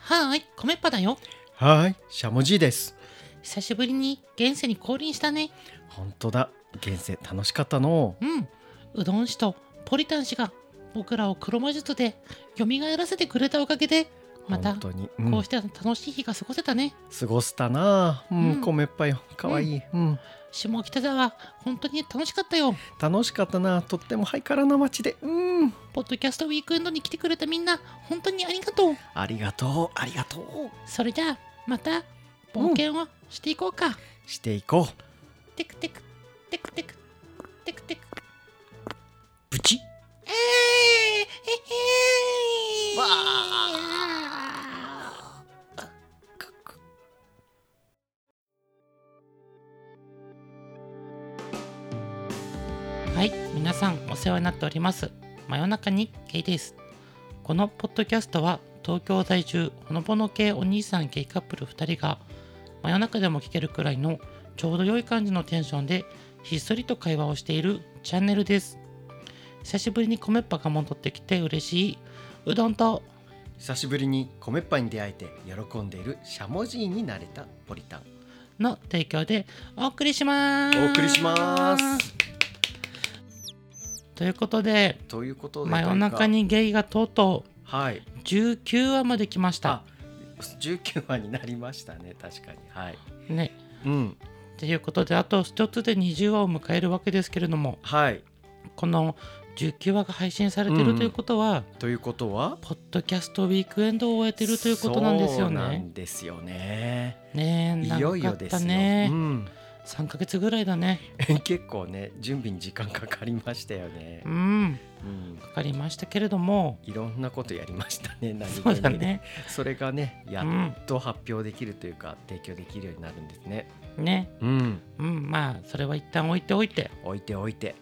はーい、米っぱだよ。はーい、しゃもじいです。久しぶりに現世に降臨したね。本当だ、現世楽しかったのう。うん。うどん氏とポリタン氏が僕らを黒魔術で蘇らせてくれたおかげで、また本こ当に、うんうして楽しい日が過ごせたね。過ごしたな。うん、うん米っぱよ、かわいい。うん、下北沢、本当に楽しかったよ。楽しかったな。とってもハイカラな街で、うん、ポッドキャストウィークエンドに来てくれたみんな、本当にありがとう。ありがとう、ありがとう。それじゃあ、また冒険をしていこうか。していこう。テクテク、テクテク、テクテク。ブチッ。えー、ええー、わあはい皆さんお世話になっております真夜中にゲイですこのポッドキャストは東京在住ほのぼの系お兄さんゲイカップル2人が真夜中でも聞けるくらいのちょうど良い感じのテンションでひっそりと会話をしているチャンネルです久しぶりに米っぱが戻ってきて嬉しいうどんと久しぶりに米っぱに出会えて喜んでいるしゃもじいになれたポリタン。の提供でお送りしますお送りします。ということでということで、真夜中にゲイがとうとうはい、 19話まで来ましたあ、19話になりましたね。確かに、はい。ねうん、ということであと一つで20話を迎えるわけですけれどもはい。この19話が配信されていうんうるんということは、ということはポッドキャストウィークエンドを終えてるということなんですよそうなね。んですよね。ねえいよ長いかよっでたすよ。ねう。ん、 3ヶ月ぐらいだね。結構ね準備に時間かかりましたよねう。んうん、かかりましたけれどもいろんなことやりましたね。何気にそうだ。ね。それがねうやっんと発表できるというか提供できるようになるんですね。ねうん、うんまあそれは一旦置いておいて置いておいて。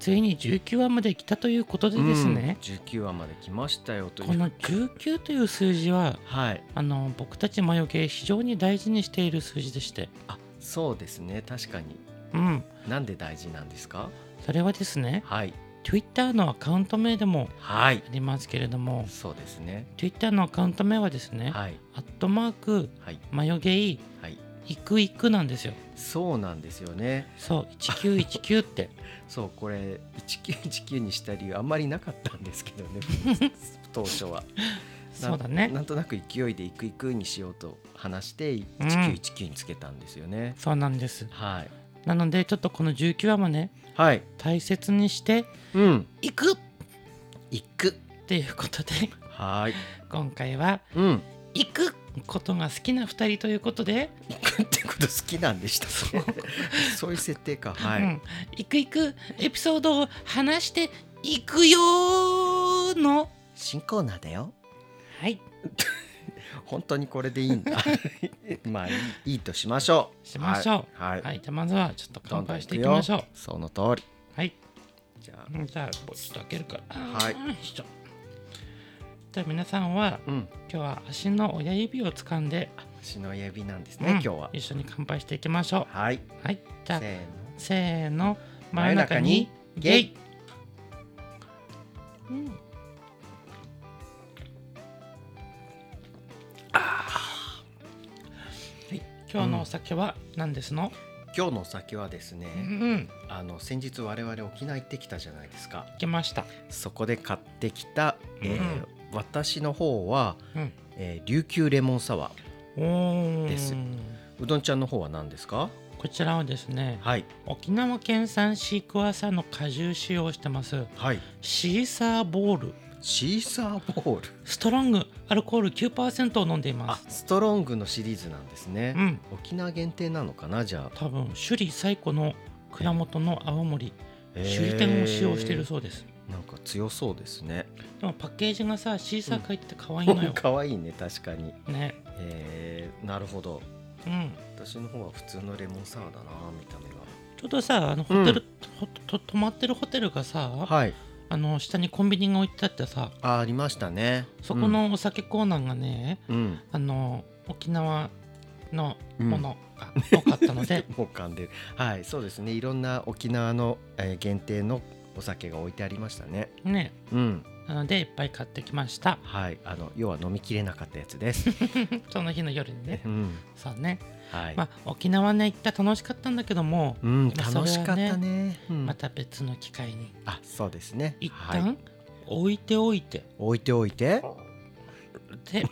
ついに19話まで来たということでですね、うん。19話まで来ましたよという。この19という数字ははい。あの僕たち眉毛非常に大事にしている数字でしてあ、そうですね。確かに。うんなんで大事なんですか。それはですねはい。 Twitter のアカウント名でもはいあ。りますけれどもそうですね。 Twitter のアカウント名はですね、はい。アットマークはい。眉毛いはい。くいくなんですよそうなんですよね。そう1919ってそうこれ1919にした理由あんまりなかったんですけ どね当初は なそうだねなんとなく勢いで「いくいく」にしようと話してうん1919につけたんですよね、そうなんですはいなのでちょっとこの19話もねはい大切にしてうんいくっ「いくていうことで」 はい今回はうん行くことが好きな2人ということで、 「いく」ってこと好きなんでしたねそういう設定 かはい、うん、行く行くエピソードを話していくよーの新コーナーだよはい本当にこれでいいんだ まあいいいいとしましょうしましょうはい、ははいいじゃあまずはちょっとど乾んどん杯いしくていきよましょうその通りはいじゃあうんじゃあちょっと開けるからはいよいしょじゃあ皆さんはうん今日は足の親指を掴んで、足の指なんですうんね、今日は一緒に乾杯していきましょはい。うはいじせゃあーの。せーの真真夜夜中中ににゲゲイイ、うんはい今日のお酒は何ですの、今日のお酒はですね、うん、あの先日我々沖縄行ってきたじゃないですか。来ました、そこで買ってきた、えーうん私の方は、うんえー琉球レモンサワー。おーですうどんちゃんの方は何ですか？こちらはですねはい沖縄県産シークワーサーの果汁使用してますはい。シーサーボールシーサーボール。ストロングアルコール9%を飲んでいまあす、ストロングのシリーズなんですね。うん、沖縄限定なのかなじゃあ。多分首里最古の蔵元の青森え手ー裏剣を使用しているそうです、なんか強そうですね。でもパッケージがさシーサー書いてて可愛いのよ、 可愛いね確かに。ねえー、なるほど。うん私の方は普通のレモンサワーだな見た目ちょっとさあのホテル、ほと泊まってるホテルがさ、がはいあの下にコンビニが置いてあってさあありましたねそこのお酒コーナーがね、うん、うんあの沖縄のものが多かったので、 もう噛んでるはいそうですねいろんな沖縄の、えー限定のお酒が置いてありましたねねうんなのでいっぱい買ってきました。はい、あの要は飲みきれなかったやつ です。その日の夜にね。うん、そうね。はい。まあ沖縄ね行った楽しかったんだけども、うん、まあそれは楽ねしかったね。うんまた別の機会にあ、そうですね。一はい、旦置いておいて、置いておい て。で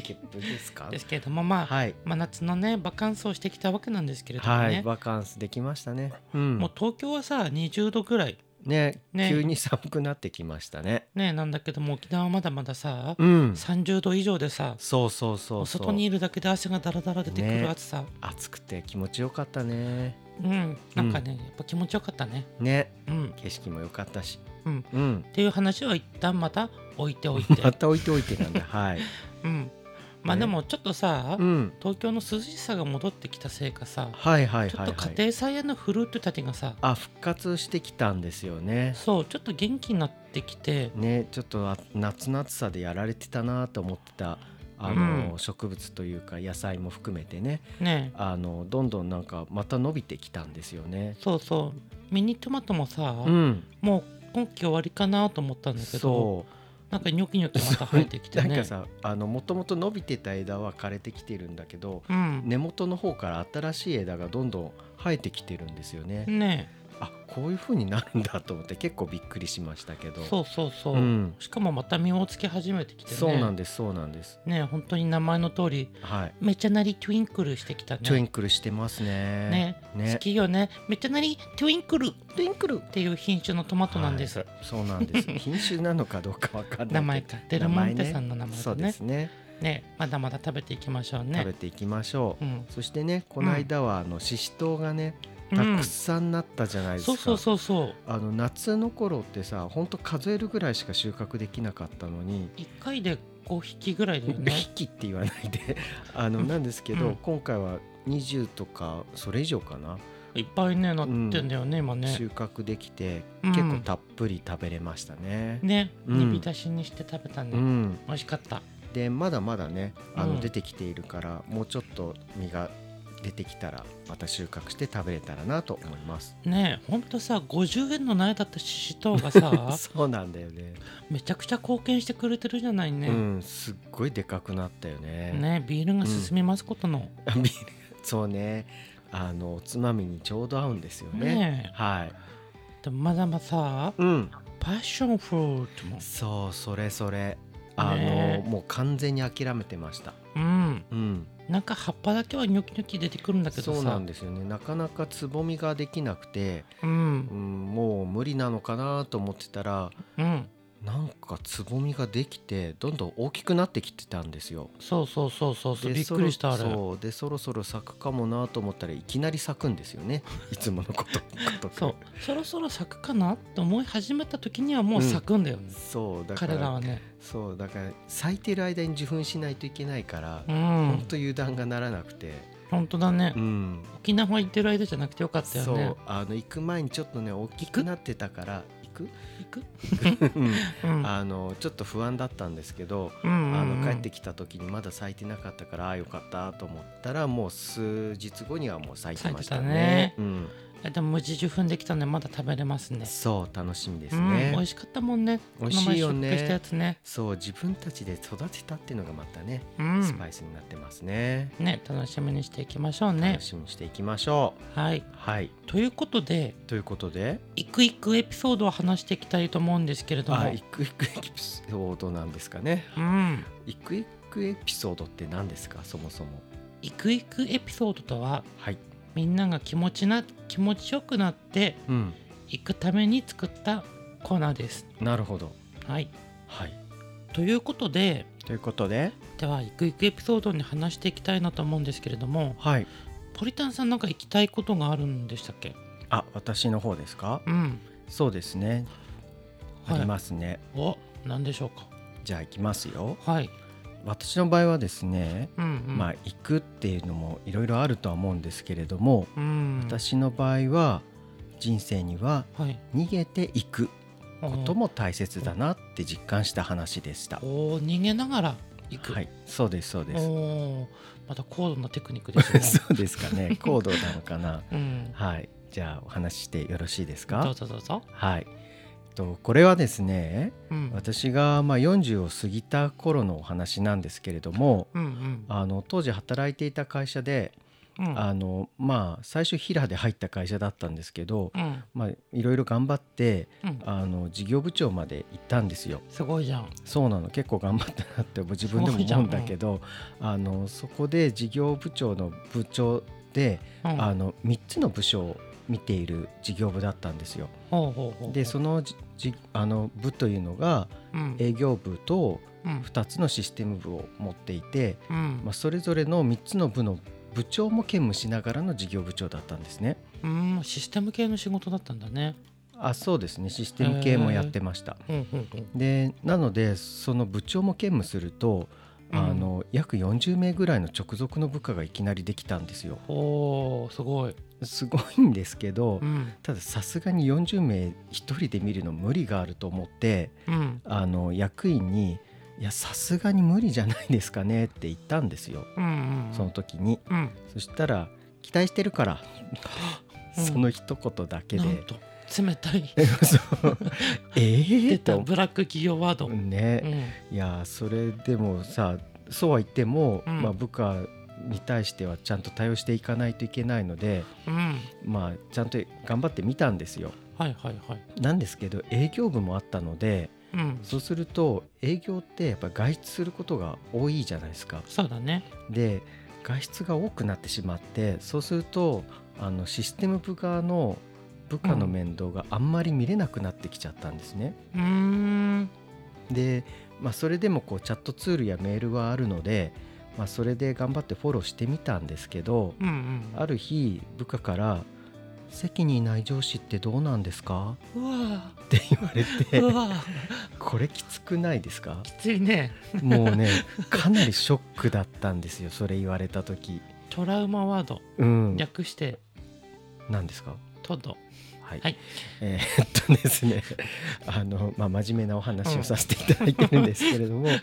結構ですかですけれどもまあ、はい。まあ夏のねバカンスをしてきたわけなんですけれどもはい、ね、バカンスできましたね。うん、もう東京はさ20度ぐらいねね急に寒くなってきましたね。ねなんだけども沖縄はまだまださ、うん、 30度以上でさそうそうそうそう。外にいるだけで汗がだらだら出てくねる暑さ、暑くて気持ちよかったね。うんなんかね、やっぱ気持ちよかったねね、うん景色も良かったし。うんうん。っていう話は一旦また置いておいて また置いておいて なんだ。はい。うんまあねでもちょっとさ、うん。東京の涼しさが戻ってきたせいかさ、はいはいちょはっい、とは家い。庭菜園のフルートたちがさあ、復活してきたんですよね。そうちょっと元気になってきてねちょっとあ夏の暑さでやられてたなと思ってたあの、うん植物というか野菜も含めてねねあのどんどんなんかまた伸びてきたんですよね。そうそうミニトマトもさ、うん、もう今季終わりかなと思ったんだけどそなんかニョキニョキまたう、生えてきてね なんかさあのもともと伸びてた枝は枯れてきてるんだけどうん根元の方から新しい枝がどんどん生えてきてるんですよね。ねあこういう風になるんだと思って結構びっくりしましたけど。そうそうそう、うんしかもまた実をつけ始めてきてねそうなんですそうなんです。ね本当に名前の通りはい。めちゃなりトゥインクルしてきたねトゥインクルしてますね。ねね好きよねめちゃなりトゥインクルトゥインクルっていう品種のトマトなんです、はいそうなんです。 品種なのかどうかわかんないけど。名前かデルモンテさんの名前そだうでねすね。ねまだまだ食べていきましょう食べねていきましょう。うんそしてね、この間はあのシシトウがね、たうんくさんなったじゃないですそか。うそうそうそうあの夏の頃ってさ、本当数えるぐらいしか収穫できなかったのに。一回で5匹ぐらいだよ引ねきって言わないで あのうんなんですけど、うん今回は20とかそれ以上かな、いっぱいねなってんだよね、今ね収穫できて、うん結構たっぷり食べれましたね。ね、うん煮浸しにして食べたね、うん、美味しかったでまだまだねあうんの出てきているから、もうちょっと実が出てきたらまた収穫して食べれたらなと思いますねほんとさ50円の苗だったシシトウがさ そうなんだよねめちゃくちゃ貢献してくれてるじゃないね、うんすっごいでかくなったよねねビールが進みますことの、あビールそうねあのおつまみにちょうど合うんですよねねはいでもまだまださうんパッションフルーツもそうそれそれあの、ねもう完全に諦めてましたうんうんなんか葉っぱだけはニョキニョキ出てくるんだけどさそうなんですよねなかなかつぼみができなくて、うんうん、もう無理なのかなと思ってたらうんなんかつぼみができてどんどん大きくなってきてたんですよ。そうそうそうそうそうでびっくりしたあそれろそうでそろそろ咲くかもなと思ったらいきなり咲くんですよねいつものことことくそうそろそろ咲くかなと思い始めた時にはもう咲くんだよね、そうだか彼ららはねそうだから咲いてる間に受粉しないといけないから、うほんんと油断がならなくて、本当だね、うん沖縄行ってる間じゃなくてよかったよそねうあの行く前にちょっとね大きくなってたから行く行く、うんうん、あのちょっと不安だったんですけど、うんうんうんあの帰ってきた時にまだ咲いてなかったからああよかったと思ったらもう数日後にはもう咲いてましたね。うん、えでも無事受粉できたのでまだ食べれますねそう楽しみですうん、ね美。味しかったもんね美味しいよねこの前出荷したやつねそう自分たちで育てたっていうのがまたね、うんスパイスになってますね。ね楽しみにしていきましょうね楽しみにしていきましょう。はいはいということでということで、いくいくエピソードを話していきたいと思うんですけれどあもイクイクエピソードなんですかね。うんイクイクエピソードって何ですかそもそも。いくいくエピソードとははい。みんなが気持ちな気持ちよくなってうん。いくために作ったコーナーですなるほど。はいはい。ということでということで、ではいくいくエピソードに話していきたいなと思うんですけれどもはい。ポリタンさんなんか行きたいことがあるんでしたっけあ私の方ですか。うんそうですね。はいありますね。お何でしょうかじゃあ行きますよ。はい私の場合はですね、うんうんまあ行くっていうのもいろいろあるとは思うんですけれども、うん私の場合は人生にははい逃げていくこともも大切だなって実感した話でした。おー逃げながら行くはい、そうですそうでおす。おーまた高度なテクニックですね そうですかね。行動なのかな。うんはい。じゃあお話ししてよろしいですか。どうぞどうぞはい。とこれはですねうん私がまあ40を過ぎた頃のお話なんですけれどもうんうんあの当時働いていた会社でうんあのまあ最初ヒラで入った会社だったんですけどうんまあいろいろ頑張ってうんあの事業部長まで行ったんですよ。すごいじゃんそうなの結構頑張ったなって自分でも思うんだけど、あのそこで事業部長の部長で、うんあの3つの部署を見ている事業部だったんですよ。ほうほうほうでそのじじあの部というのがうん営業部とうん2つのシステム部を持っていて、うんまあ、それぞれの3つの部の部長も兼務しながらの事業部長だったんですね。うんシステム系の仕事だったんだねあそうですねシステム系もやってました。うんうんうんでなのでその部長も兼務すると、うんあの約40名ぐらいの直属の部下がいきなりできたんですよ。おーすごいすごいんですけど、うんたださすがに40名一人で見るの無理があると思ってうんあの役員に「いやさすがに無理じゃないですかね」って言ったんですようんうんその時に。うんそしたら「期待してるから」うんその一言だけでなんと冷たい そう「ええ出ー!」たとブラック企業ワード、ね。うんいやーそれでもさそうは言っても、うんまあ、部下に対してはちゃんと対応していかないといけないので、うんまあ、ちゃんと頑張ってみたんですよ。はいはいはいなんですけど営業部もあったのでうんそうすると営業ってやっぱ外出することが多いじゃないですか。そうだねで外出が多くなってしまってそうするとあのシステム部側の部下の面倒があんまり見れなくなってきちゃったんですね。うーんで、まあ、それでもこうチャットツールやメールはあるので、まあ、それで頑張ってフォローしてみたんですけどうんうんある日部下から「席にいない上司ってどうなんですか?うわ」って言 われーうてわーこれきつくないですかきついねもうね かなりショックだったんですよそれ言われた時。トラウマワードうん、略してなんですかトドはい、はいえーっとですね あの、まあ、真面目なお話をさせていただいてるんですけれども、 はい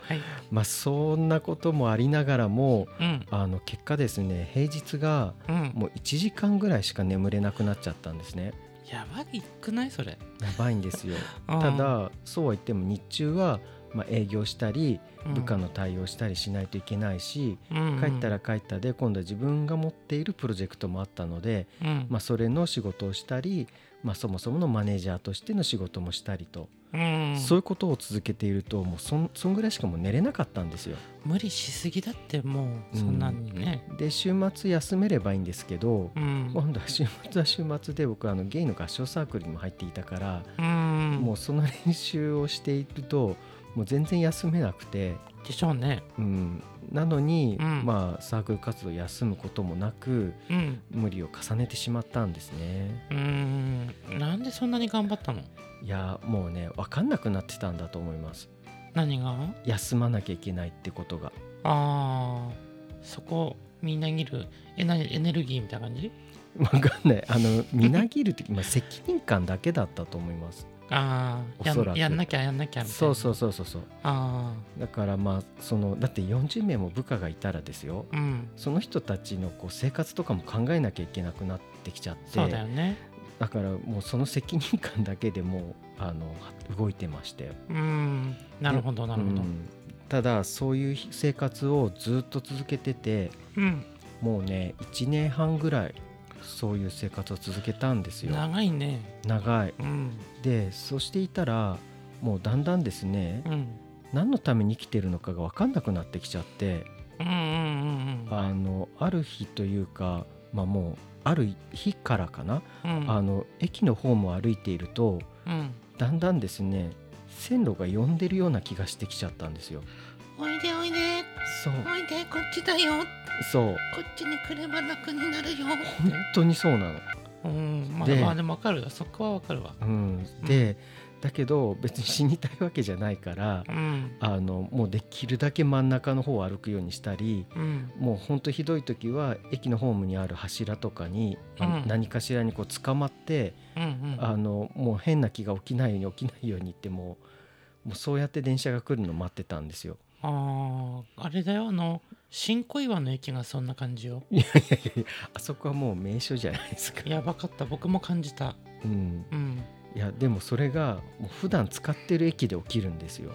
まあ、そんなこともありながらも、うんあの結果ですね平日がうんもう1時間ぐらいしか眠れなくなっちゃったんですねやばいくないそれやばい んですようんただそうは言っても日中はまあ営業したりうん部下の対応したりしないといけないしうんうん帰ったら帰ったで今度は自分が持っているプロジェクトもあったのでうんまあそれの仕事をしたりまあそもそものマネージャーとしての仕事もしたりとうんそういうことを続けているともうそんそんぐらいしかもう寝れなかったんですよ。無理しすぎだってもうそんなにねで週末休めればいいんですけどうん今度は週末は週末で僕はあのゲイの合唱サークルにも入っていたから、うんもうその練習をしているともう全然休めなくて、でしょうねうん、なのに、うんまあ、サークル活動休むこともなくうん無理を重ねてしまったんですねうんなんでそんなに頑張ったのいやもうね分かんなくなってたんだと思います何が休まなきゃいけないってことが あーそこみんなぎるエナエネルギーみたいな感じ分かんないあのみなぎる 時、まあ、責任感だけだったと思いますああおそらくやんなきゃやんなきゃみたいなそうそうそうそうそうあだからまあそのだって40名も部下がいたらですよあうんその人たちのこう生活とかも考えなきゃいけなくなってきちゃってそうだよねだからもうその責任感だけでもうあの動いてましたよ。うんなるほどなるほどうんただそういう生活をずっと続けててうんもうね1年半ぐらいそういう生活を続けたんですよ長いね長い。うんでそうしていたらもうだんだんですねうんうん何のために生きてるのかが分かんなくなってきちゃってうんうんうんあのある日というか、まあ、もうある日からかなうんあの駅のホームを歩いているとうんだんだんですね線路が呼んでるような気がしてきちゃったんですよ。おいでおいでそうおいでこっちだよそうこっちに来れば楽になるよ本当にそうなの。うんまあでまあでも分かるよそこは分かるわうん、でだけど別に死にたいわけじゃないからうんあのもうできるだけ真ん中の方を歩くようにしたりうんもうほんとひどい時は駅のホームにある柱とかに、まあうん何かしらにこう捕まって、うんうんあのもう変な気が起きないように起きないようにってもうもうそうやって電車が来るの待ってたんで すよ。あああれだよあの新小岩の駅がそんな感じよいやいやいやあそこはもう名所じゃないですか。やばかった僕も感じたうん、うんいやでもそれがもう普段使ってる駅で起きるんですよ、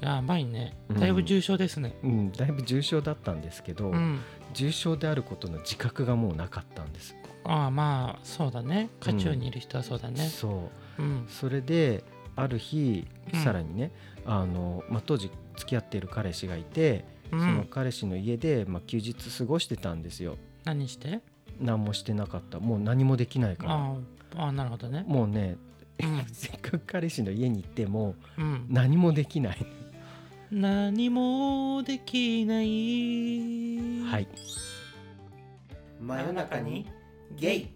やばいねうんだいぶ重症ですねうん、だいぶ重症だったんですけど、うん、重症であることの自覚がもうなかったんです、ああまあそうだね渦中にいる人はそうだねそううんそれである日うんさらにね、あのまあ、当時付き合っている彼氏がいて、うそのん彼氏の家で、まあ、休日過ごしてたんですよ何して何もしてなかったもう何もできないからああああなるほどねもうねうんせっかく彼氏の家に行ってもうん何もできない何もできないはい真夜中にゲイ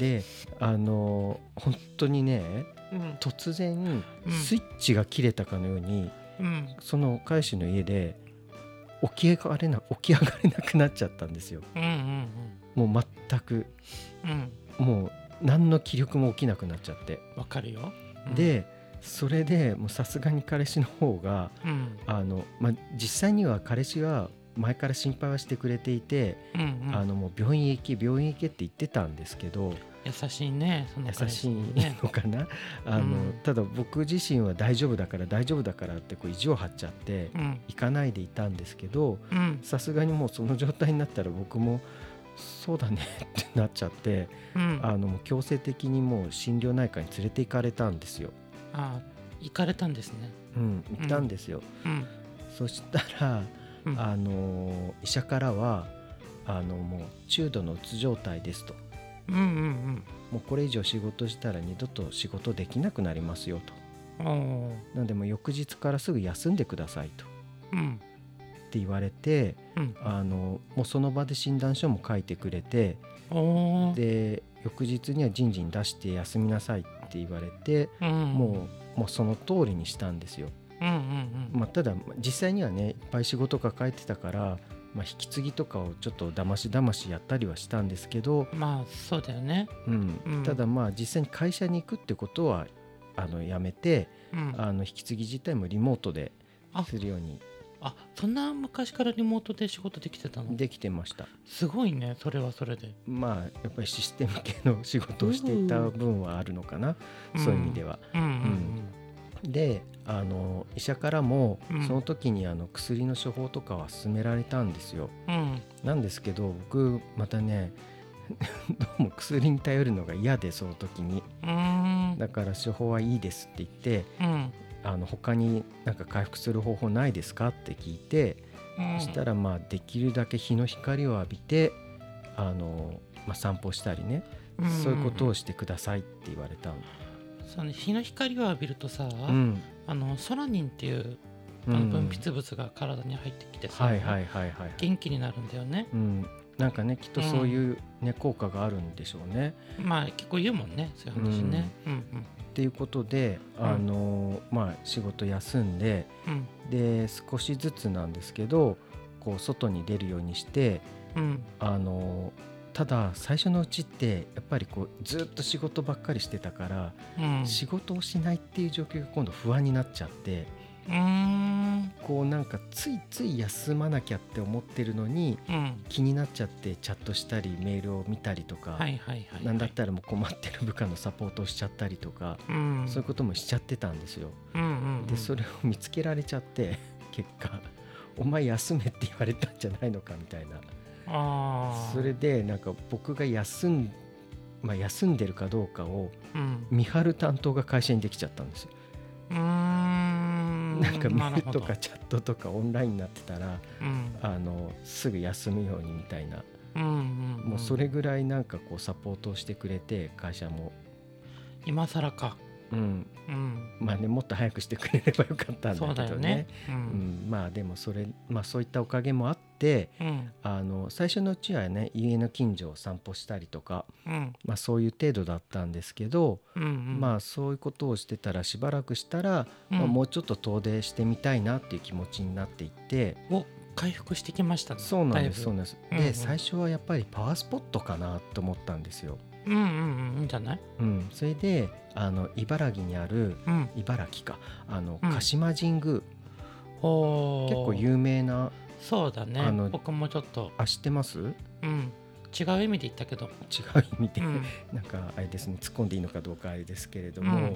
であの本当にねうん突然うんスイッチが切れたかのように、うんその彼氏の家で起き上がれな起き上がれなくなっちゃったんですようんうんもう全くうんうんもう何の気力も起きなくなっちゃって、わかるよ、うん、でそれでもうさすがに彼氏の方がうんあの、まあ、実際には彼氏は前から心配はしてくれていて、うんうんあのもう病院行け病院行けって言ってたんですけど優しいねその優彼し氏いねのかな、あのうんただ僕自身は大丈夫だから大丈夫だからってこう意地を張っちゃってうん行かないでいたんですけどうんさすがにもうその状態になったら僕もそうだねってなっちゃってうんあのもう強制的にもう心療内科に連れて行かれたんですよ。あ行かれたんですねうん、行ったんですよ、うんそしたらうんあの医者からはあのもう中度のうつ状態ですとうんうんもうこれ以上仕事したら二度と仕事できなくなりますよとうんおーなのでもう翌日からすぐ休んでくださいとうんって言われてうんあのもうその場で診断書も書いてくれておーで翌日には人事に出して休みなさいって言われてうんもうもうその通りにしたんですよ、うんうんうんまあ、ただ実際にはねいっぱい仕事抱えてたから、まあ、引き継ぎとかをちょっとだましだましやったりはしたんですけど、まあそうだよねうんうんただまあ実際に会社に行くってことはあのやめて、うんあの引き継ぎ自体もリモートであするようにあそんな昔からリモートで仕事できてたのできてましたすごいねそれはそれでまあやっぱりシステム系の仕事をしていた分はあるのかな、そういう意味ではは。うんであの医者からもうんその時にあの薬の処方とかは勧められたんですよ。うんうんなんですけど僕またね どうも薬に頼るのが嫌でその時にうんうんだから処方はいいですって言ってうんあの他になんか回復する方法ないですかって聞いて、うんそしたらまあできるだけ日の光を浴びてあの、まあ、散歩したりね、んそういうことをしてくださいって言われたの。その日の光を浴びるとさ、うんあのソラニンっていうあうのん分泌物が体に入ってきてさ、はいはいはいはい。元気になるんだよねうん、なんかねきっとそういう、ね効果があるんでしょうね。まあ結構言うもんねそういう話ねうんっていうことで、うんあのまあ、仕事休んでうんで少しずつなんですけどこう外に出るようにしてうんうんあのただ最初のうちってやっぱりこうずっと仕事ばっかりしてたから、うん仕事をしないっていう状況が今度不安になっちゃってうーんこうなんかついつい休まなきゃって思ってるのにうん気になっちゃってチャットしたりメールを見たりとか、はいはいはいなんだったらもう困ってる部下のサポートをしちゃったりとか、うんそういうこともしちゃってたんですよ。うんうんうんでそれを見つけられちゃって結果「お前休め」って言われたんじゃないのかみたいな。あーそれでなんか僕が休ん,、まあ、休んでるかどうかをうん見張る担当が会社にできちゃったんですよ。うーんなんかメーなるルほとどかチャットとかオンラインになってたらうんあのすぐ休むようにみたいなうんうんもうそれぐらいなんかこうサポートをしてくれて会社も、今更かうん、うんまあねもっと早くしてくれればよかったんそうだだけどよねね。ううんん、まあでもそれ、まあ、そういったおかげもあってうんあの最初のうちはね家の近所を散歩したりとか、うんまあ、そういう程度だったんですけど、うんうんまあそういうことをしてたらしばらくしたら、まあうんもうちょっと遠出してみたいなっていう気持ちになっていってお回復してきましたねそうなんですそだういなんです。で、うんうん最初はやっぱりパワースポットかなと思ったんですよ。ぶうんうんうんいいんじゃないうん、それであの茨城にあるうん茨城かあのうん鹿島神宮、結おー構有名なそうだあねの僕もちょっとあ知ってますうん違う意味で言ったけ ど、違う意味で、うんなんかあれですね突っ込んでいいのかどうかあれですけれども、うん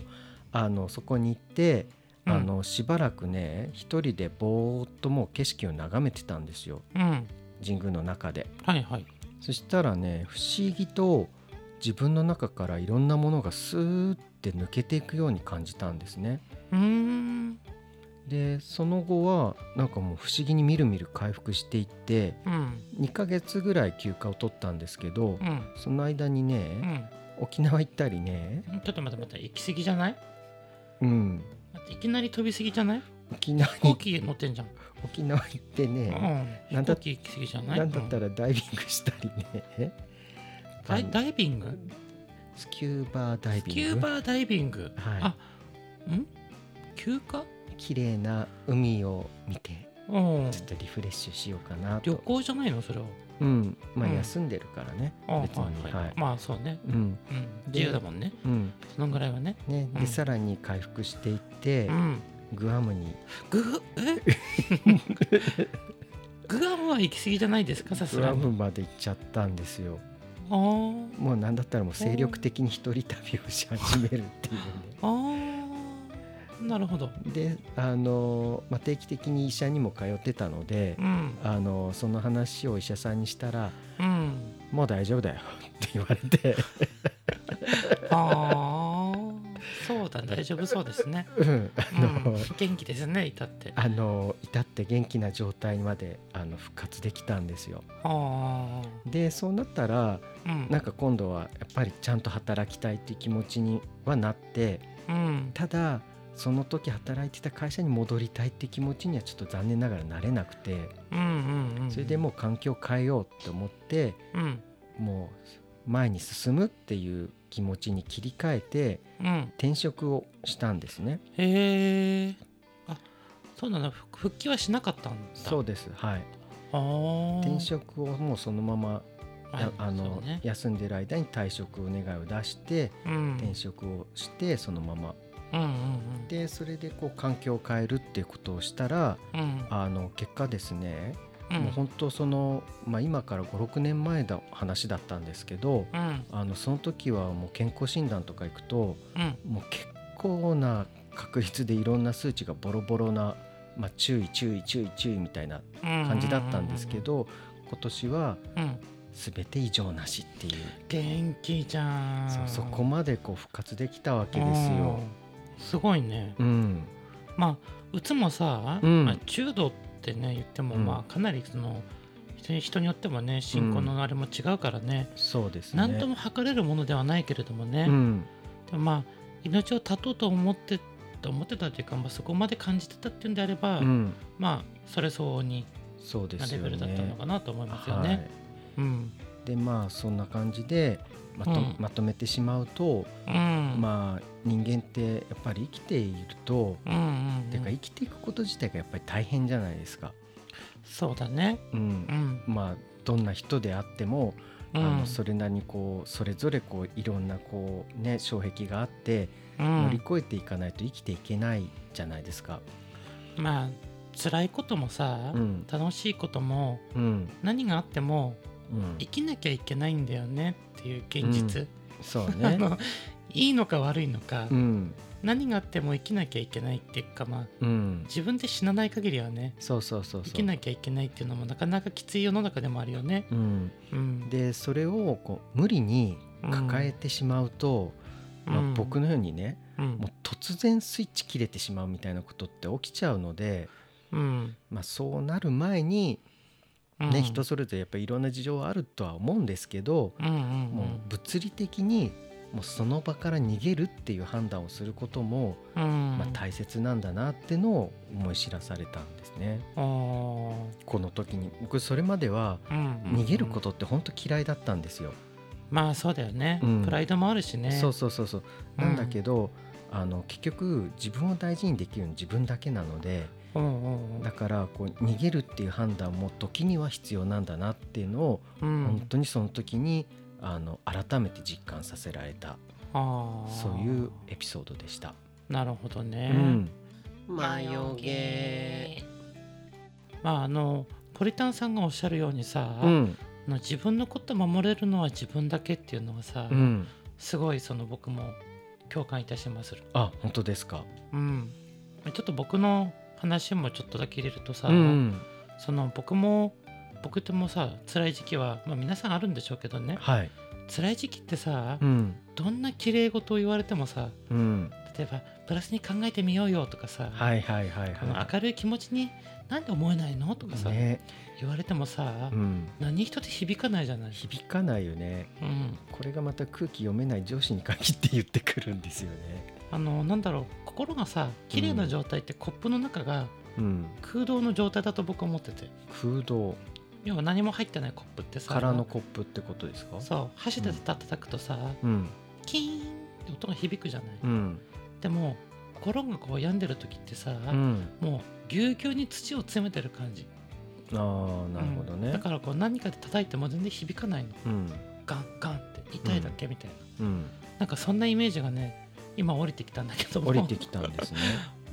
あのそこに行ってうんあのしばらくね一人でぼーっともう景色を眺めてたんですようん、神宮の中ではいはい、そしたらね不思議と自分の中からいろんなものがスーって抜けていくように感じたんですねうーん、でその後はなんかもう不思議にみるみる回復していってうん、 2ヶ月ぐらい休暇を取ったんですけど、うん、その間にね、沖縄行ったりね、うん、ちょっと待って待って、行き過ぎじゃない？うん、待っていきなり飛び過ぎじゃない？沖縄飛に行機乗ってんじゃん。沖縄行ってね、う、なんん飛だ行機行き過ぎじゃない？なんだったら、らダイビングしたりね、ダイダイビング？スキューバーダイスキビュンーグバーダイビング。はいあ、ん？休暇？綺麗な海を見てうん。ちょっとリフレッシュしようかな旅と、行じゃないのそれは。うんまあ、うん休んでるからね、あ別に、はいははいい。まあそうね。うんうん、で自由だもんね。うんそのぐらいはね。ね、うんでさらに回復していって、うん。グアムにグフ え？グアムは行き過ぎじゃないですかさすグがアに。ムまで行っちゃったんですよあーもうなんだったらもう精力的に一人旅をし始めるっていうねあーなるほど。であの、まあ、定期的に医者にも通ってたのでう、んあのその話を医者さんにしたらうん。 「もう大丈夫だよ」って言われて、ああそうだ大丈夫そうですね。うん、う あの、ん、元気ですね至って。あの至って元気な状態まであの復活できたんですよ。あでそうなったらあうんなんか今度はやっぱりちゃんと働きたいっていう気持ちにはなってうんただその時働いてた会社に戻りたいって気持ちにはちょっと残念ながらなれなくてうんうんうん。それでもう環境を変えようと思ってうんもう前に進むっていう気持ちに切り替えてうん転職をしたんですね。へえ。あそうなの復復帰はしなかったんだ。そうです、はい、ああ転職をもうそのまま、やああのそうね。休んでる間に退職願いを出してうん転職をしてそのままうんうんでそれでこう環境を変えるっていうことをしたらうんうんあの結果ですね、うんもう本当その、まあ、今から56年前の話だったんですけどうんあのその時はもう健康診断とか行くとうんもう結構な確率でいろんな数値がボロボロな、まあ、注意注意注意注意みたいな感じだったんですけど今年はうん、うん全て異常なしっていう元気じゃんそうそこまでこう復活できたわけですよ。うんすごいね、うんまあうつもさ、うんまあ、中度ってね言っても、うんまあかなりその人に人によってもね進行のあれも違うからね、そうですねなんとも測れるものではないけれどもね、うんでもまあ命を絶とうと思ってと思ってたというか、まあ、そこまで感じてたっていうんであれば、うん、まあそれ相応にそうでなすレよベルだったのね。かなと思いますよね。うんい、でまあそんな感じでまと,、うんまとめてしまうと、うんまあ人間ってやっぱり生きていると、うんうんうんてか生きていくこと自体がやっぱり大変じゃないですか。そうだね。うんうんまあどんな人であっても、うあんのそれなりにこうそれぞれこういろんなこうね障壁があって、うん乗り越えていかないと生きていけないじゃないですか。まあ辛いこともさ、うん楽しいこともうん何があってもうん生、きなきゃいけないんだよねっていう現実、そ うあね。のいいのか悪いのか、うん何があっても生きなきゃいけないっていうかまあうん、自分で死なない限りはねそうそうそうそう。生きなきゃいけないっていうのもなかなかきつい世の中でもあるよね。うん、うん、でそれをこう無理に抱えてしまうと、まあ、僕の、のようにね、うんもう突然スイッチ切れてしまうみたいなことって起きちゃうので、うんまあ、そうなる前に、うんね人それぞれやっぱりいろんな事情はあるとは思うんですけど、うんうんもう物理的にもうその場から逃げるっていう判断をすることも、うんうんまあ、大切なんだなってのを思い知らされたんですね。あーこの時に僕それまではうんうん逃げることって本当嫌いだったんですよ。まあそうだよね、うんプライドもあるしねそうそうそうそうなんだけど、あの結局自分を大事にできるの自分だけなのでうんうんうんだからこう逃げるっていう判断も時には必要なんだなっていうのを、うん本当にその時にあの改めて実感させられたあーそういうエピソードでした。なるほどうね、ん、まああのポリタンさんがおっしゃるようにさ、うんあの自分のこと守れるのは自分だけっていうのはさ、うん、すごいその僕も共感いたしまする、あ本当ですか。うん、ちょっと僕の話もちょっとだけ入れるとさ、うん、その僕も僕ともさ辛い時期は、まあ、皆さんあるんでしょうけどねはい、辛い時期ってさ、うん、どんな綺麗事を言われてもさうん、例えばプラスに考えてみようよとかさ、はいはいはいこのは明るい気持ちになんで思えないのとかい。さ、ね、言われてもさ、うん、何一つ響かないじゃない、響かないよね。うん、これがまた空気読めない上司に限って言ってくるんですよね。あのなんだろう心がさ綺麗な状態ってコップの中がうん、空洞の状態だと僕は思ってて空洞要は何も入ってないコップってさ空のコップってことですか。そう箸で叩くとさ、うん、キーンって音が響くじゃない、うん、でも心がこう病んでる時ってさ、うん、もうぎゅうぎゅうに土を詰めてる感じああ、なるほどうんだね。からこう何かで叩いても全然響かないのうん、ガンガンって痛いだけみたいな、うん、なんかそんなイメージがね今降りてきたんだけども降りてきたんですね。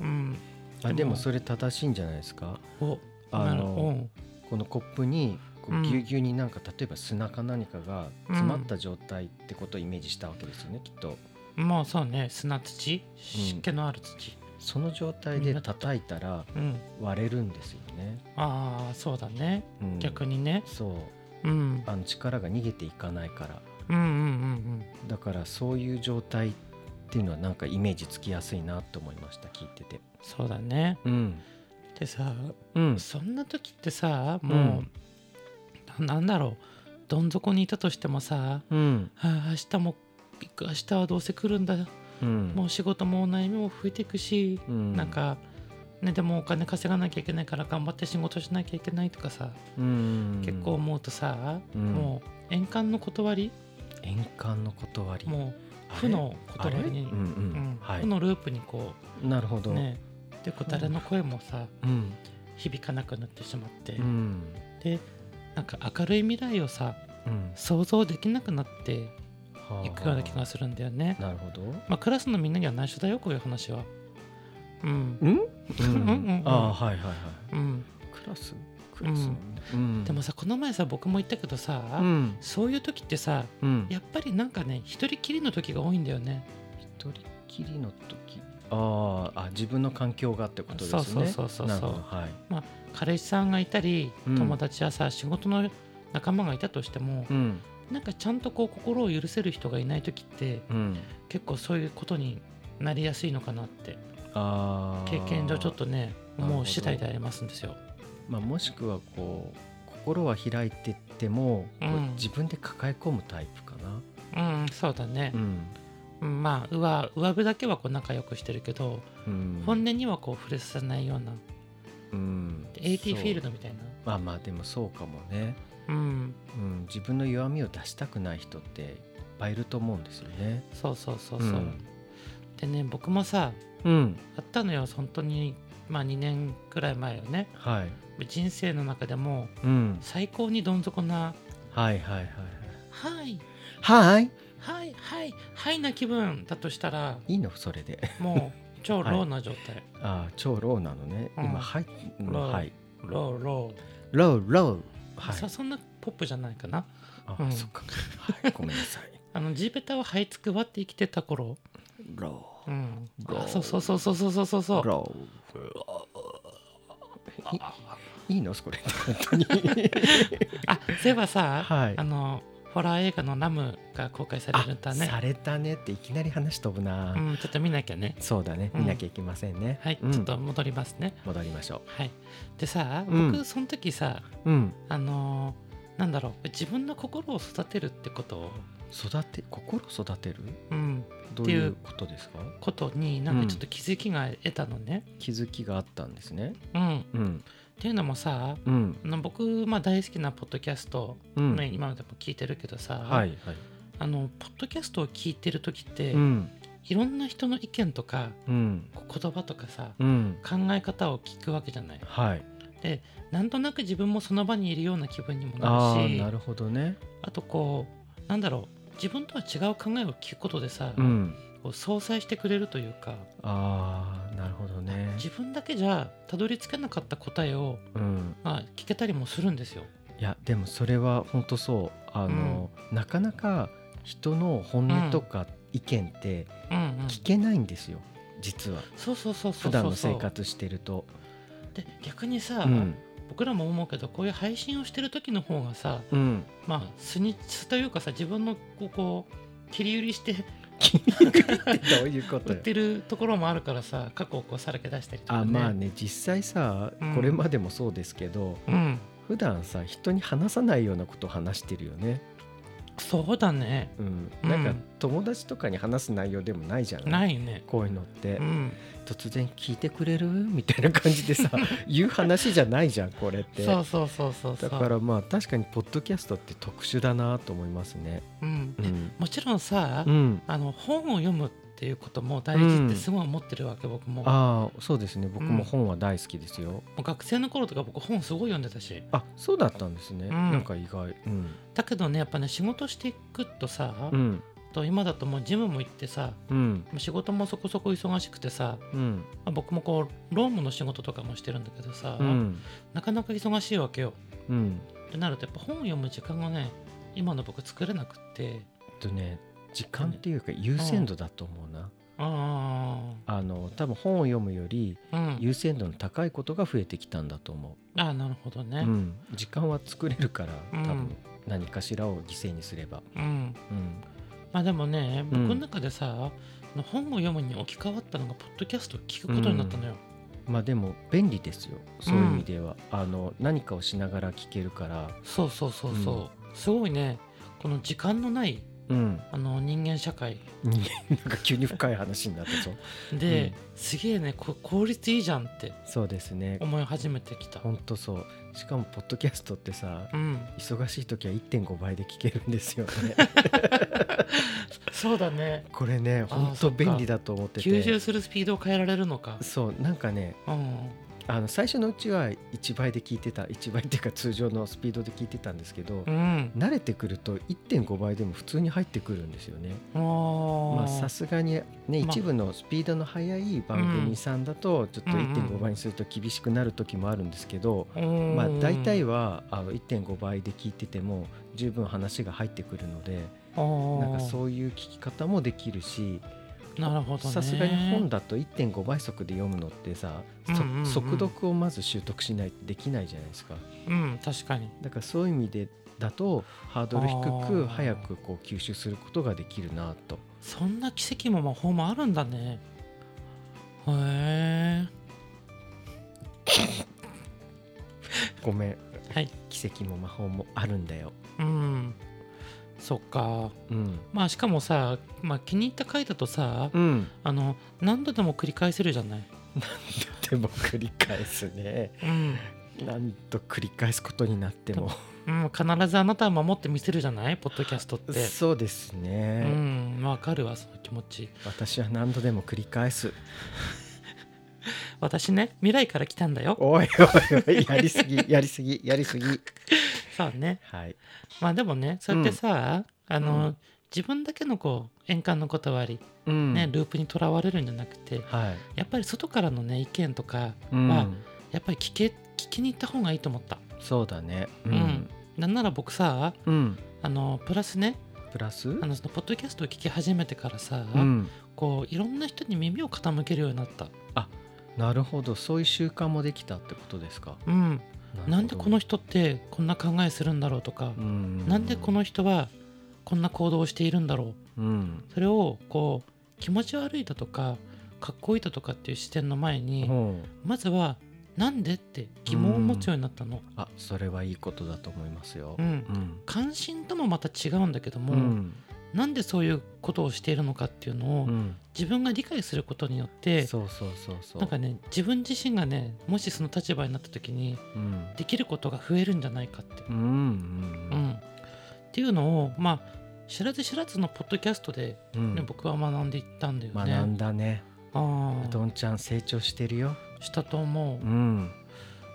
うんあ、ででももそれ正しいんじゃないですか。おあなるの、ほこのコップにこうんうぎゅうぎゅうになんか例えば砂か何かが詰まった状態ってことをイメージしたわけですよねきっとどまあそうね砂土湿気のある土その状態で叩いたらうん、割れるんですよね、ああそうだねうん逆にね、そううん、あの力が逃げていかないからうんうんうんだからそういう状態っていうのはなんかイメージつきやすいなと思いました聞いててそうだねうんでさうんそんな時ってさもう、ななんだろうどん底にいたとしてもさうんあー明日も行く明日はどうせ来るんだうんもう仕事もお悩みも増えていくし、うんなんか、ね、でもお金稼がなきゃいけないから頑張って仕事しなきゃいけないとかさ、うん結構思うとさ、うんもう円環の断り円環の断りもう負の断りに、あれうんうんうんはい負のループにこなるほうど、ねでこう誰の声もさうん響かなくなってしまって、うんでなんか明るい未来をさうん想像できなくなっていはくあような気がするんだよね。なるほど。まあ、クラスのみんなには内緒だよこういう話は。うんうん？うんうんあーはいはいはい。うん、クラスクラスのね。うんでもさこの前さ僕も言ったけどさ、うんそういう時ってさうん。やっぱりなんかね一人きりの時が多いんだよね。一人きりの時。あーあ自分の環境がってことですそね。うそうそうそうそうなるほどはい。彼氏さんがいたりうん友達やさ、仕事の仲間がいたとしてもう、んなんかちゃんとこう心を許せる人がいない時ってうん。結構そういうことになりやすいのかなってああ経験上ちょっ。とねなるほ思うど次第でありますんですよ。まあもしくはこう心は開いてっても、こううん自分で抱え込むタイプかな。うんそうだねう、ん。うんまあうわ上辺だけはこう仲良くしてるけど、うん本音にはこう触れさせないようなうん。 AT フィールド。ドみたいな。まあまあでもそうかもね。うんうん、自分の弱みを出したくない人っていっぱいいると思うんですよね。そうそうそうそう、うんでね僕もさうん、あったのよ本当にまあ2年くらい前よねはい、人生の中でもうん、最高にどん底なはいはいはいはいはい。はい、はいはいはいな気分だとしたらいいのそれで。 も う超ローな状態、ああ、超ローなのね。うん今はい、うんローはい、ローロローロー。ー、はいさ。そんなポップじゃないかなあ、うんそっか。はい、ごめんなさい。 あの地べたを這いつくばって生きてた頃、ロうん、ローあそうそうそうそうそうそうそうー、ロー。いいいのこれ本当に。あそういえばさ、はい あのホラー映画の「ラム」が公開されるんだあねされたねっていきなり話飛ぶな。うん、ちょっと見なきゃね。そうだね。うん見なきゃいけませんね。はい、うんちょっと戻りますね。戻りましょはい。でさ、うん僕その時さ、う。うん。あのーなんだろう、自分の心を育てるってことを、育て心育てるうん、どういうことですかことになんかちょっと気づきが得たのね。気づきがあったんですねうん。うんっていうのもさ、うんあの僕まあ大好きなポッドキャスト、うんね、今でも聞いてるけどさ、はいはいあのポッドキャストを聞いてる時って、うんいろんな人の意見とかうんこう言葉とかさ、うん考え方を聞くわけじゃない。はいなんとなく自分もその場にいるような気分にもあなるーしなるほどねあとこうなんだろう自分とは違う考えを聞くことでさ、うんこう相殺してくれるというかあーなるほどね自分だけじゃたどり着けなかった答えを、うんまあ、聞けたりもするんですよ。いやでもそれは本当そうあの、なかなか人の本音とか意見ってうんうん、聞けないんですよ、実はそうそうそうそ普うそ段うの生活してると。で逆にさ、うん僕らも思うけどこういう配信をしてる時の方がさうん、まあ素に素というかさ自分のこうこう切り売りしてどういうこ売とっ よてるところもあるからさ過去をこうさらけ出したりとか、あね、まあね実際さうんこれまでもそうですけど、うん普段さ人に話さないようなことを話してるよね、そうだねうん、うんなんか友達とかに話す内容でもないじゃないないねこういうのって、うん突然聞いてくれるみたいな感 じでさ言う話じゃないじゃんこれってそうそうそうそうそうだからまあ確かにポッドキャストって特殊だなと思いますね。うんうえん、もちろんさ、うん、あの本を読むっていうことも大事ってすごい思ってるわけ、僕ももああそうですね僕も本は大好きですよ。う学生の頃とか僕本すごい読んでたしあそうだったんですね、うんなんか意外。うん、だけどねやっぱね仕事していくとさ、うん、と今だともうジムも行ってさうん、仕事もそこそこ忙しくてさ、うん、まあ僕もこうロームの仕事とかもしてるんだけどさ、うん、なかなか忙しいわけようん。ってなるとやっぱ本を読む時間がね今の僕作れなくってえっとね時間っていうか優先度だと思うな。ああの多分本を読むよりあうん優先度の高いことが増えてきたんだと思ああなるほどう。ねうん、時間は作れるからうん多分何かしらを犠牲にすれば。うん、うん、まあでもねう僕んの中でさ、本を読むに置き換わったのがポッドキャストを聞くことになったのよ、まあでも便利ですよそういう意味では、あの何かをしながら聞けるから。そうそうそうそう、すごいねこの時間のないうんあの人間社会人間なんか急に深い話になったぞで、うん すげえねこ効率いいじゃんってそうですね思い始めてきたほんとそうしかもポッドキャストってさうん忙しい時は1.5倍で聞けるんですよねそうだねこれねあーほんそとっか便利だと思って吸収てするスピードを変えられるのかそうなんかねうんあの最初のうちは1倍で聞いてた1倍っていうか通常のスピードで聞いてたんですけど、うん慣れてくると1.5倍でも普通に入ってくるんですよね。ままあさすがにねまあ一部のスピードの速い番組さんだとちょっとうんうん1.5倍にすると厳しくなる時もあるんですけど、まあ、大体はあの1.5倍で聞いてても十分話が入ってくるのでなんかそういう聞き方もできるしうなるほどねさすがに本だと1.5倍速で読むのってさ、そうんうんうん速読をまず習得しないとできないじゃないですかうん確かにだからそういう意味でだとハードル低あーく早くこう吸収することができるなとそんな奇跡も魔法もあるんだねへごめんえはい奇跡も魔法もあるんだよ。うんそっかうんまあしかもさ、まあ、気に入った回だとさ、うん、あの何度でも繰り返せるじゃない、でも繰り返すねうんなんと繰り返すことになってもうん、必ずあなたを守ってみせるじゃないポッドキャストって。そうですうね、ん、わかるわその気持ち私は何度でも繰り返す私ね未来から来たんだよおいおいおいやりすぎやりすぎやりすぎそうねはいまあでもねそうやってさ、あの、うん自分だけのこう円環の断り、うんねループにとらわれるんじゃなくてはい、やっぱり外からのね意見とかうんまやっぱり聞け聞きに行った方がいいと思ったそうだねうなんなら僕さうん、あのプラスねプラスあのそのポッドキャストを聞き始めてからさ、うんこういろんな人に耳を傾けるようになったなるほどそういう習慣もできたってことですかうんなんでこの人、人ってこんな考えするんだろうとかう、ん、なんでこの人はこんな行動をしているんだろうんうそれをこう気持ち悪いだとかかっこいいだとかっていう視点の前に、ほうまずはなんでって疑問を持つようになったの、あそれはいいことだと思いますようんうん関心ともまた違うんだけども、うんなんでそういうことをしているのかっていうのを、うん自分が理解することによってそうそうそうそうなんかね自分自身がねもしその立場になった時にうんできることが増えるんじゃないかってうんうんうん、っていうのをまあ知らず知らずのポッドキャストで、うんね僕は学んでいったんだよね。学んだねあうあどんちゃん成長してるよしたと思う。ん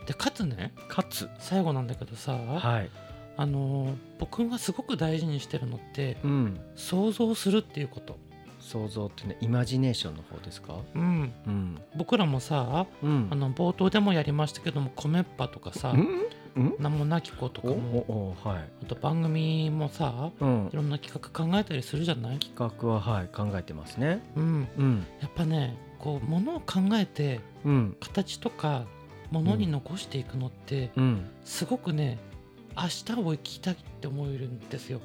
でかつねかつ最後なんだけどさ、はいあのー僕がすごく大事にしてるのってうん想像するっていうこと。想像っていうのはイマジネーションの方ですかうん、うん僕らもさうんあの冒頭でもやりましたけども「米っぱ」とかさうんうん「名もなき子」とかおもおおはいあと番組もさうんいろんな企画考えたりするじゃない、企画ははい考えてますねうん、うんやっぱねこうものを考えてうん形とかものに残していくのってうんすごくね明日を生きたいって思えるんですよ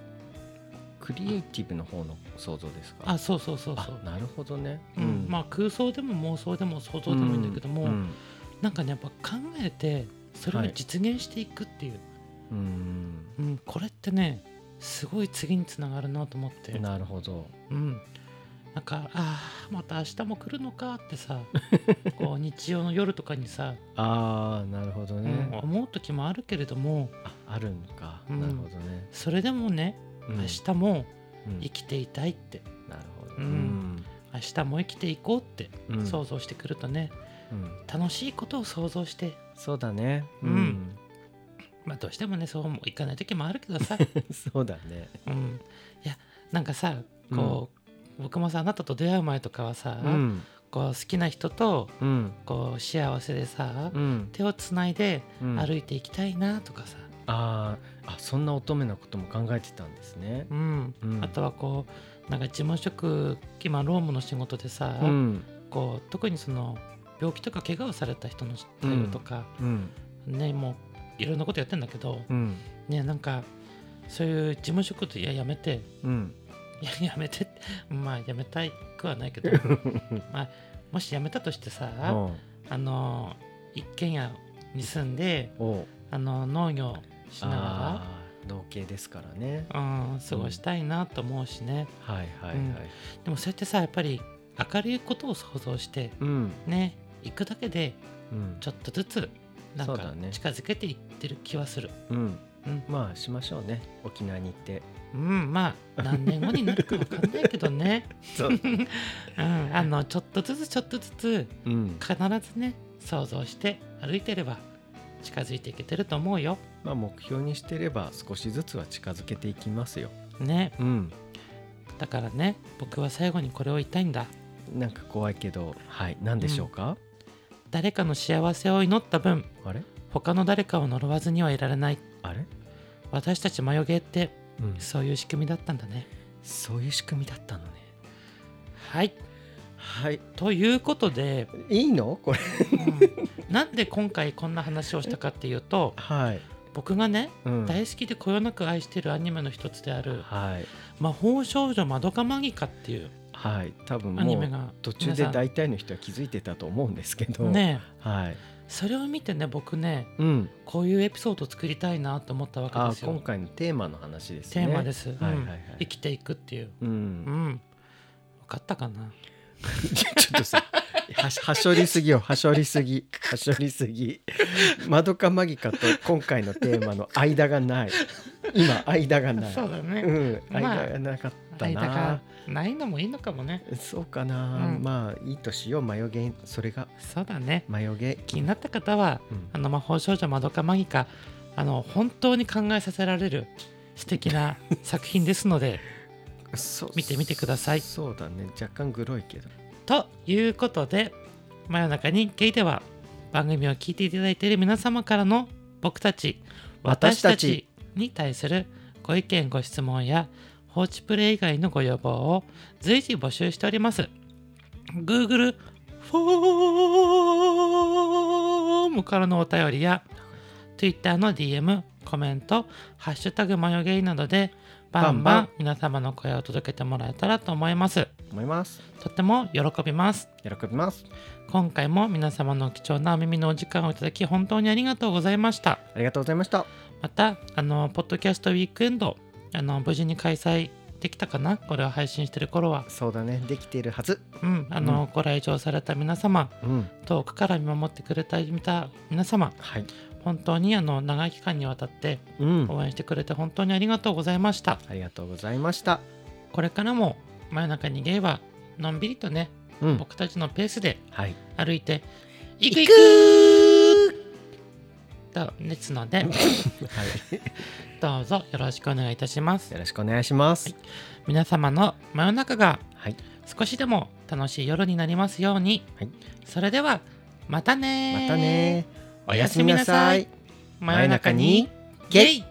クリエイティブの方の想像ですかあそうそうそうそうあなるほどねうんまあ空想でも妄想でも想像でもいいんだけども、うんなんかねやっぱ考えてそれをはい実現していくっていう、うんうん、これってねすごい次につながるなと思ってなるほどうん、なんかあーまた明日も来るのかって さこう日曜の夜とかにさ、ああなるほどうんね、思う時もあるけれどもああるんか、うんなるほどね、それでもねうん明日もうん生きていたいって、なるほど、うん明日も生きていこうってうん想像してくるとね、うん楽しいことを想像して、そうだねうんまあ、どうしてもねそうもいかない時もあるけ どさ、うんそうだねうん、いやなんかさこう、僕もさあなたと出会う前とかはさ、うんこう好きな人とうんこう幸せでさ、うん手をつないでうん歩いていきたいなとかさ、あーあそんな乙女なことも考えてたんですねうんうんあとはこうなんか事務職今ロームの仕事でさ、うんこう特にその病気とか怪我をされた人の対応とか、うんねもういろんなことやってんだけど、うんねなんかそういう事務職っていややめて うんいややめてまあやめたくはないけ どまあもしやめたとしてさ、おうあの一軒家に住んでおうあの農業しながら。あー同系ですからねうん、過ごしたいなと思うしね、はいはいはいでもそうやってさやっぱり明るいことを想像してうんね行くだけでうんちょっとずつなんそうかだね近づけていってる気はするうんうんまあしましょうね沖縄に行ってうんまあ何年後になるかわかんないけどね、 そう うん、あのちょっとずつちょっとずつうん必ずね想像して歩いてれば近づいていけてると思うよまあ目標にしてれば少しずつは近づけていきますよねうんだからね僕は最後にこれを言いたいんだなんか怖いけどはい何でしょうか、誰かの幸せを祈った分あれ他の誰かを呪わずにはいられないあれ、私たち眉毛ってうんそういう仕組みだったんだねそういう仕組みだったのねはいはいということで、いいのこれうんなんで今回こんな話をしたかっていうとはい、僕がねうん大好きでこよなく愛してるアニメの一つであるはい「魔法少女まどかマギカ」っていうはい多分アニもメうが途中で皆さん大体の人は気づいてたと思うんですけどねはいそれを見てね僕ねうんこういうエピソードを作りたいなと思ったわけあですーよ。今回のテーマの話ですテねーマですす、はいはいはうんい生きていくっていう。ううんん、分かったかな ちょっとさはしはしょりすぎよはしょりすぎはしょりすぎまどかマギカと今回のテーマの間がない今間がないそうだね。うん、まあ間がなかったな、間がないのもいいのかもね。そうかな、うんまあいいとしよう眉毛それがそうだね。眉毛気になった方はうんあの魔法少女まどかマギカあの本当に考えさせられる素敵な作品ですのでそう見てみてくださいそうだね若干グロいけどということで「真夜中にゲイ」では番組を聞いていただいている皆様からの僕たち私私たたちちに対するご意見ご質問や放置プレイ以外のご要望を随時募集しております Google フォームからのお便りや Twitter の DM コメント「ハッシュタグマヨゲイ」などでバンババンバンン皆様の声を届けてもらえたらと思います思いますとっても喜びます喜びます今回も皆様の貴重なお耳のお時間をいただき本当にありがとうございましたありがとうございましたまたあのポッドキャストウィークエンドあの無事に開催できたかなこれを配信してる頃はそうだねできているはずうんあの、ご来場された皆様うん遠くから見守ってくれた見た皆様はい本当にあの長い期間にわたってうん応援してくれて本当にありがとうございましたありがとうございましたこれからも真夜中にゲイはのんびりとねうん僕たちのペースではい歩いていくい行くくとですのではいどうぞよろしくお願いいたしますよろしくお願いします皆様の真夜中がはい少しでも楽しい夜になりますように、はいそれではまたねまたねおやすみなさいおやすみな真さい夜中にゲイ